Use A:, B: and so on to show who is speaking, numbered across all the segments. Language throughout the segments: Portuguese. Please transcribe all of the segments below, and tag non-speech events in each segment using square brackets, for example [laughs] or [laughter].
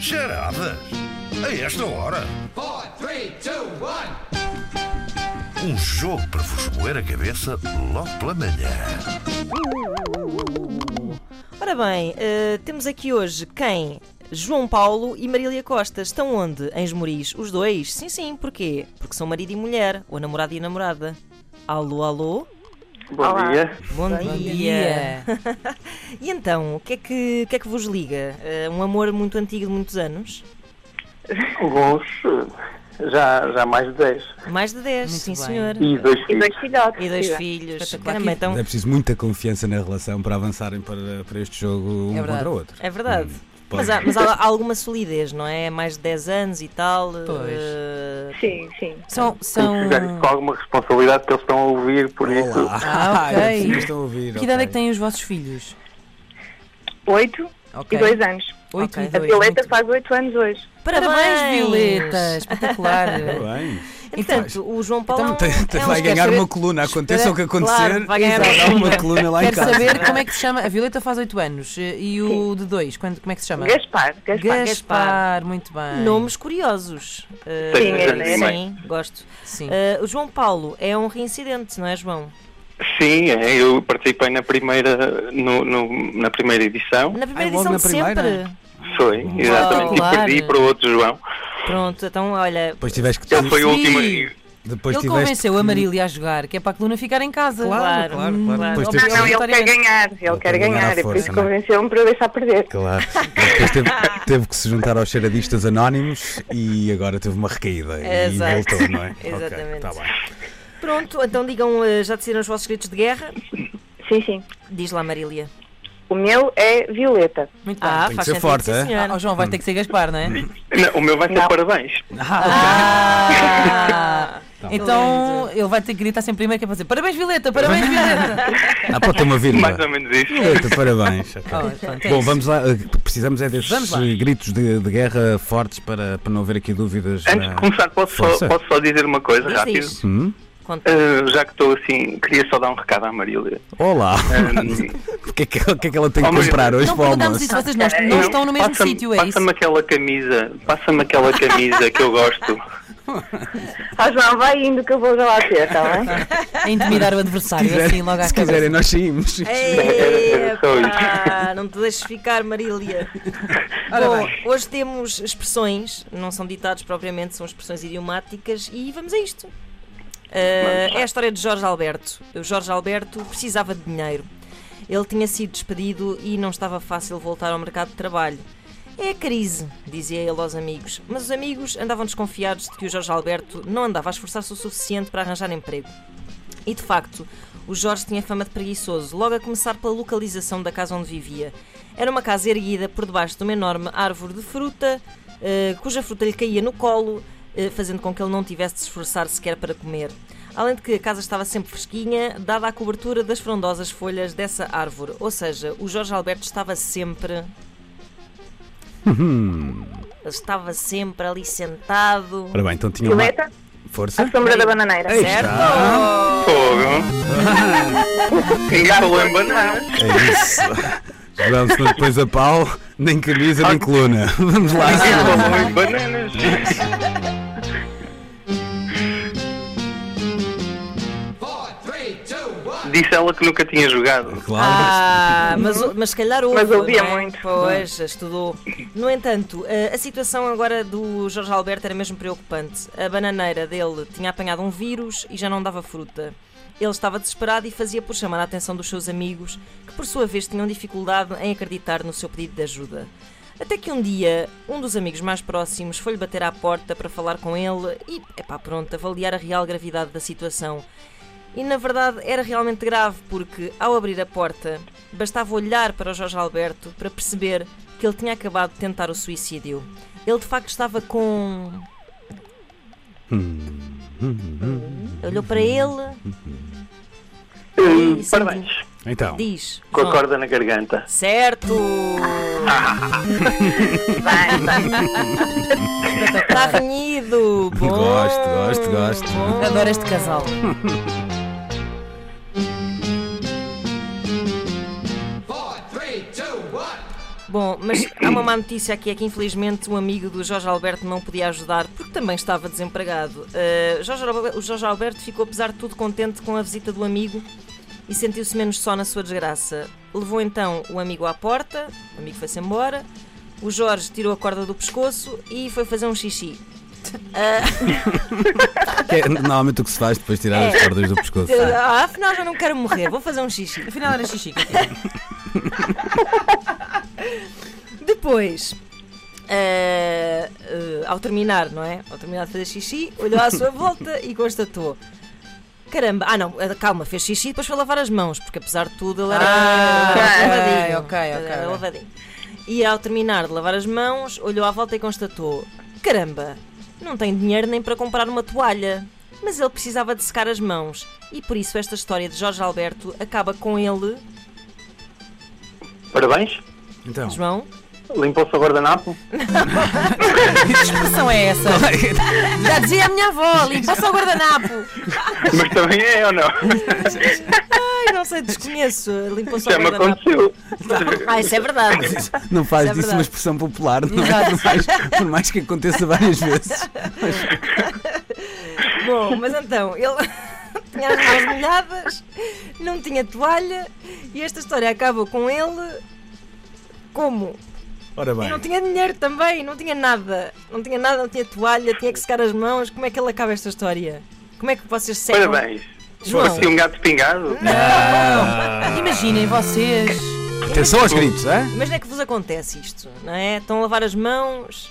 A: piadas? A esta hora?
B: four, three, two, one.
A: Um jogo para vos moer a cabeça logo pela manhã.
C: Ora bem, eh, temos aqui hoje quem? João Paulo e Marília Costa estão onde? Em Esmoriz, os dois? Sim, sim, porquê? Porque são marido e mulher, ou namorado e namorada. Alô, alô?
D: Bom dia.
C: Bom, dia! e então, o que é que, o que é que vos liga? Eh, um amor muito antigo de muitos anos?
D: Alguns eh, já, já mais de 10.
C: Mais de 10,
E: Muito
C: sim
E: bem.
C: senhor.
D: E dois
E: é
F: E
D: filhos.
F: dois filhotes.
C: E dois
F: sim.
C: filhos.
E: Espetacular.
C: Caramba, então,
G: É preciso muita confiança na relação para avançarem para, para este jogo um
E: É verdade.
G: contra o outro.
C: é verdade.
G: Pode-
C: Mas há, mas há- há alguma solidez, não é? Mais de 10 anos e tal.
E: Pois.
C: eh,
F: Sim, sim.
E: São.
D: Tem
E: são...
D: que jogar isto com alguma responsabilidade porque eles estão a ouvir, por isso.
G: Olá. [laughs]
E: Ah, ok.
G: É preciso estão a ouvir,
E: Que idade
G: ok.
E: é que têm os vossos filhos?
F: Oito
E: Ok.
F: e dois anos.
E: Oito
C: Ok.
E: e
F: A
E: dois.
F: Violeta
E: muito-
F: faz oito anos hoje.
E: Parabéns,
C: Parabéns.
E: Violeta! Espetacular!
G: Parabéns.
C: Entretanto, É o João Paulo é
G: Então
C: um-
G: tem-
C: é um
G: vai
C: esquece-
G: ganhar uma coluna, aconteça
E: Espera-
G: o que acontecer.
C: claro, vai ganhar
G: exato,
C: uma
G: há uma coluna lá em
E: Quero
G: casa.
E: saber como é que se chama. A Violeta faz oito anos eh, e o de dois quando, como é que se chama?
F: Gaspar, Gaspar.
E: Gaspar, muito bem.
C: Nomes curiosos. Uh,
D: Sim, é, né?
C: sim, gosto.
E: Sim.
C: Uh, o João Paulo é um reincidente, não é, João?
D: Sim, é, eu participei na primeira, no- no- na primeira edição.
C: Na primeira
G: Ah,
C: edição
G: logo na
C: de
G: primeira?
C: sempre.
D: Foi, exatamente.
C: claro.
D: E perdi para o outro João.
C: Pronto, então olha.
G: Depois tiveste que.
D: Ele foi o último.
E: Sim.
G: Depois
E: Ele
G: tiveste
E: convenceu
G: que-
E: a Marília a jogar, que é para a coluna ficar em casa.
C: Claro, claro,
E: Hum,
C: claro.
G: Depois
E: opção
G: teve-
F: Não, não, ele quer
E: vegetariana.
F: ganhar. Ele
G: Ele
F: quer
G: quer ganhar à
F: ganhar. É por
G: força,
F: isso que
G: não é?
F: convenceu-me para eu deixar perder.
G: Claro. Depois teve, teve que se juntar aos cheiradistas anónimos e agora teve uma recaída. E
C: Exato.
G: voltou, não é? Ok,
C: Exatamente.
G: tá bem.
C: Pronto, então digam, uh, já decidiram os vossos gritos de guerra?
F: Sim, sim.
C: Diz lá, Marília.
F: O meu é Violeta.
E: Muito bem.
C: Ah,
G: Tem que
C: faz
G: ser
C: sentido,
G: forte,
C: sim,
G: é?
C: senhora.
E: Ah, o João vai ter que ser Gaspar, não é?
D: Não, o meu vai ser
F: Não.
D: parabéns.
E: Ah, então
C: Beleza.
E: ele vai ter que gritar sempre primeiro que é para dizer parabéns Violeta, parabéns Violeta.
G: Ah, pode ter uma vírgula.
D: Mais ou menos isso.
G: Eita,
E: [laughs]
G: parabéns.
E: Ah, pronto, é
G: Bom,
E: isso.
G: vamos lá. eh, Precisamos é desses
E: Vamos lá.
G: gritos de, de guerra fortes para, para não haver aqui dúvidas. eh.
D: Antes de
G: na-
D: começar, posso só,
G: Força.
D: posso só dizer uma coisa
C: Diz,
D: rápido?
C: Ah, diz.
G: Hum?
C: Conta.
D: Ah, já que estou assim, queria só dar um recado à Marília.
G: Olá!
D: Ah,
G: [laughs] O que, é que, o que é que ela tem que
D: Oh, Maria,
G: comprar hoje
E: Não
G: para o
E: perguntamos
G: almoço?
E: isso, vocês não,
D: É,
E: não
D: eu-
E: estão no mesmo
D: passa-me-
E: sítio, é isso?
D: Passa-me aquela camisa, passa-me aquela camisa que eu gosto.
F: Ó João, vai indo que eu vou já lá ter, está bem?
E: A intimidar o adversário,
G: quiser-
E: assim logo à
G: se
E: cabeça. É.
G: quiserem, nós saímos.
D: Era só isso.
C: Epá, É, não te deixes ficar, Marília. Bom, hoje temos expressões, não são ditados propriamente, são expressões idiomáticas e vamos a isto. Ah, é a história de Jorge Alberto. O Jorge Alberto precisava de dinheiro. Ele tinha sido despedido e não estava fácil voltar ao mercado de trabalho. É a crise, dizia ele aos amigos, mas os amigos andavam desconfiados de que o Jorge Alberto não andava a esforçar-se o suficiente para arranjar emprego. E de facto, o Jorge tinha fama de preguiçoso, logo a começar pela localização da casa onde vivia. Era uma casa erguida por debaixo de uma enorme árvore de fruta, eh, cuja fruta lhe caía no colo, eh, fazendo com que ele não tivesse de se esforçar sequer para comer. Além de que a casa estava sempre fresquinha, dada a cobertura das frondosas folhas dessa árvore. Ou seja, o Jorge Alberto estava sempre ele estava sempre ali sentado.
G: Ora bem, então tinha uma.
F: Violeta,
G: Força?
F: a sombra da bananeira.
G: Ei,
C: Certo?
G: está.
D: Fogo. Ninguém falou em banana.
G: É isso. Vamos não depois a pau, nem camisa,
D: Ah.
G: nem coluna. [laughs] Vamos lá.
D: Ninguém falou em bananas.
B: Four, three, two, one.
D: Disse ela que nunca tinha jogado.
G: Claro.
C: Ah, mas, mas se calhar houve.
F: Mas ouvia
C: não é?
F: muito.
C: Pois, estudou. No entanto, eh, a situação agora do Jorge Alberto era mesmo preocupante. A bananeira dele tinha apanhado um vírus e já não dava fruta. Ele estava desesperado e fazia por chamar a atenção dos seus amigos, que por sua vez tinham dificuldade em acreditar no seu pedido de ajuda. Até que um dia, um dos amigos mais próximos foi-lhe bater à porta para falar com ele e, epá, pronto, avaliar a real gravidade da situação. E na verdade era realmente grave, porque ao abrir a porta, bastava olhar para o Jorge Alberto para perceber que ele tinha acabado de tentar o suicídio. Ele de facto estava com. Olhou para ele
D: Hum,
C: Sim,
D: Parabéns.
G: Então,
C: diz:
D: Com a
C: "João,
D: corda na garganta.
C: Certo! Está renhido! Bom,
G: Gosto, gosto, gosto.
C: bom.
E: Adoro este casal.
B: Four, three, two, one.
C: Bom, mas há uma má notícia aqui, é que infelizmente um amigo do Jorge Alberto não podia ajudar porque também estava desempregado. Uh, Jorge Albe- o Jorge Alberto ficou, apesar de tudo, contente com a visita do amigo e sentiu-se menos só na sua desgraça. Levou então o amigo à porta, o amigo foi-se embora, o Jorge tirou a corda do pescoço e foi fazer um xixi.
G: Que é normalmente o que se faz depois de tirar
E: É.
G: as cordas do pescoço.
C: Ah, afinal já não quero morrer, vou fazer um xixi.
E: Afinal era xixi. é
C: Depois, eh, eh, ao terminar, não é? Ao terminar de fazer xixi, olhou à sua volta e constatou. Caramba, ah não, eh, calma, fez xixi e depois foi lavar as mãos, porque apesar de tudo ele era
E: Ah,
C: ele era
E: ok,
C: lavadinho,
E: ok,
C: ele era
E: ok.
C: lavadinho. E ao terminar de lavar as mãos, olhou à volta e constatou: Caramba, não tem dinheiro nem para comprar uma toalha. Mas ele precisava de secar as mãos. E por isso esta história de Jorge Alberto acaba com ele,
D: Parabéns.
G: Então,
C: João,
D: Limpou-se o guardanapo?
E: Que expressão é essa? [laughs] Já dizia a minha avó, limpou-se ao guardanapo.
D: Mas também é ou não?
C: Ai, não sei, desconheço. Limpou só
D: Já me aconteceu.
C: Ah, isso é verdade.
G: não faz
C: Isso é
G: disso
C: verdade.
G: uma expressão popular, não é? Por mais, por mais que aconteça várias
E: [laughs]
G: vezes.
C: Bom, mas então, ele [laughs] tinha as mãos molhadas, não tinha toalha e esta história acaba com ele. Como?
G: Ora bem,
C: Não tinha dinheiro também, não tinha nada. Não tinha nada, não tinha toalha, tinha que secar as mãos. Como é que ele acaba esta história? Como é que vocês secam?
D: Parabéns.
C: João,
D: Parecia um gato pingado.
E: Imaginem vocês.
G: atenção aos gritos, é?
C: imagina que vos acontece isto, não é? Estão a lavar as mãos,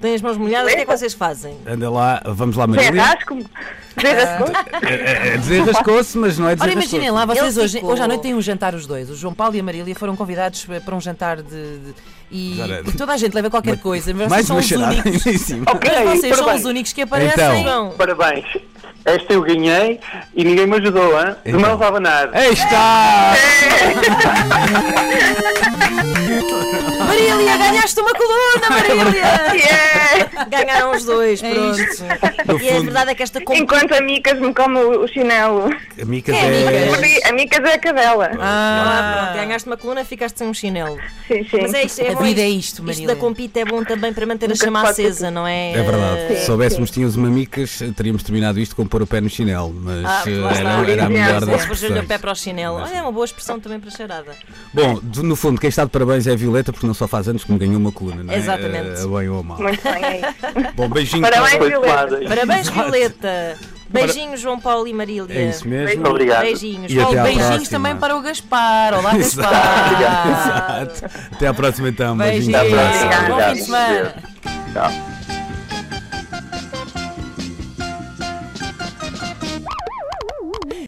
C: têm as mãos molhadas, o que é que vocês fazem?
G: Anda lá, vamos lá, Marília.
F: Derrasco-me. Derrasco-me.
G: [laughs] É, é, Desarrascou-se, mas não é
E: Ora,
G: desarrascou-se.
E: imaginem lá, vocês
C: Ele
E: hoje,
C: ficou-
E: hoje à noite têm um jantar os dois. O João Paulo e a Marília foram convidados eh, para um jantar de. de- e
G: Ora,
E: toda a gente leva qualquer coisa, mas vocês
G: Mais
E: são
G: uma
E: os
G: cheirada
E: únicos.
G: [laughs] ainda em cima.
E: Mas vocês são os
D: parabéns.
E: únicos que
G: Então.
E: aparecem.
C: João,
D: Parabéns. Esta eu ganhei e ninguém me ajudou, hein?
G: Então.
D: Não levava nada.
G: Aí está!
E: [laughs] Marília, ganhaste uma
C: [laughs]
E: coluna, Marília!
C: É ganharam os dois,
E: É
C: pronto. e a
G: fundo.
C: verdade é que esta competição.
F: Enquanto a Micas me come o chinelo.
G: Amicas
C: É,
G: é.
C: amigas.
F: Porque A Micas é a cadela.
C: Ah, pronto, ganhaste uma coluna, ficaste sem um chinelo.
F: Sim, sim.
C: Mas é isto, é
E: A
C: bom
E: vida é
C: isto.
E: isto,
C: Isto
E: Marília.
C: da compita é bom também para manter a
F: Nunca
C: chama
F: se pode
C: acesa, não é?
G: É verdade. Se
F: Sim,
G: soubéssemos
F: sim.
G: tínhamos uma micas, teríamos terminado isto com pôr o pé no chinelo, mas
C: Ah,
G: eh,
C: lá está.
G: era, era a melhor das
C: Vou fazer o pé
G: expressões.
C: para o chinelo. Olha, é uma boa expressão também para a charada.
G: Bom, de- no fundo, quem está de parabéns é a Violeta, porque não só faz anos que me ganhou uma coluna, não é?
C: Exatamente.
G: Eh, bem ou mal.
F: Muito bem, é isso.
G: Bom, beijinho. tá
F: Parabéns,
D: Foi
F: Violeta.
D: tomada.
C: Parabéns, Violeta. Beijinhos, João Paulo e Marília.
G: É isso mesmo.
D: Obrigado.
C: Beijinhos.
G: E até à
E: Beijinhos
G: próxima.
E: também para o Gaspar. Olá, Gaspar!
G: Exato. Até à próxima então.
E: Beijinhos!
G: Beijinho.
D: Até à próxima.
E: Bom fim de
D: Obrigado.
E: semana!
D: Tchau.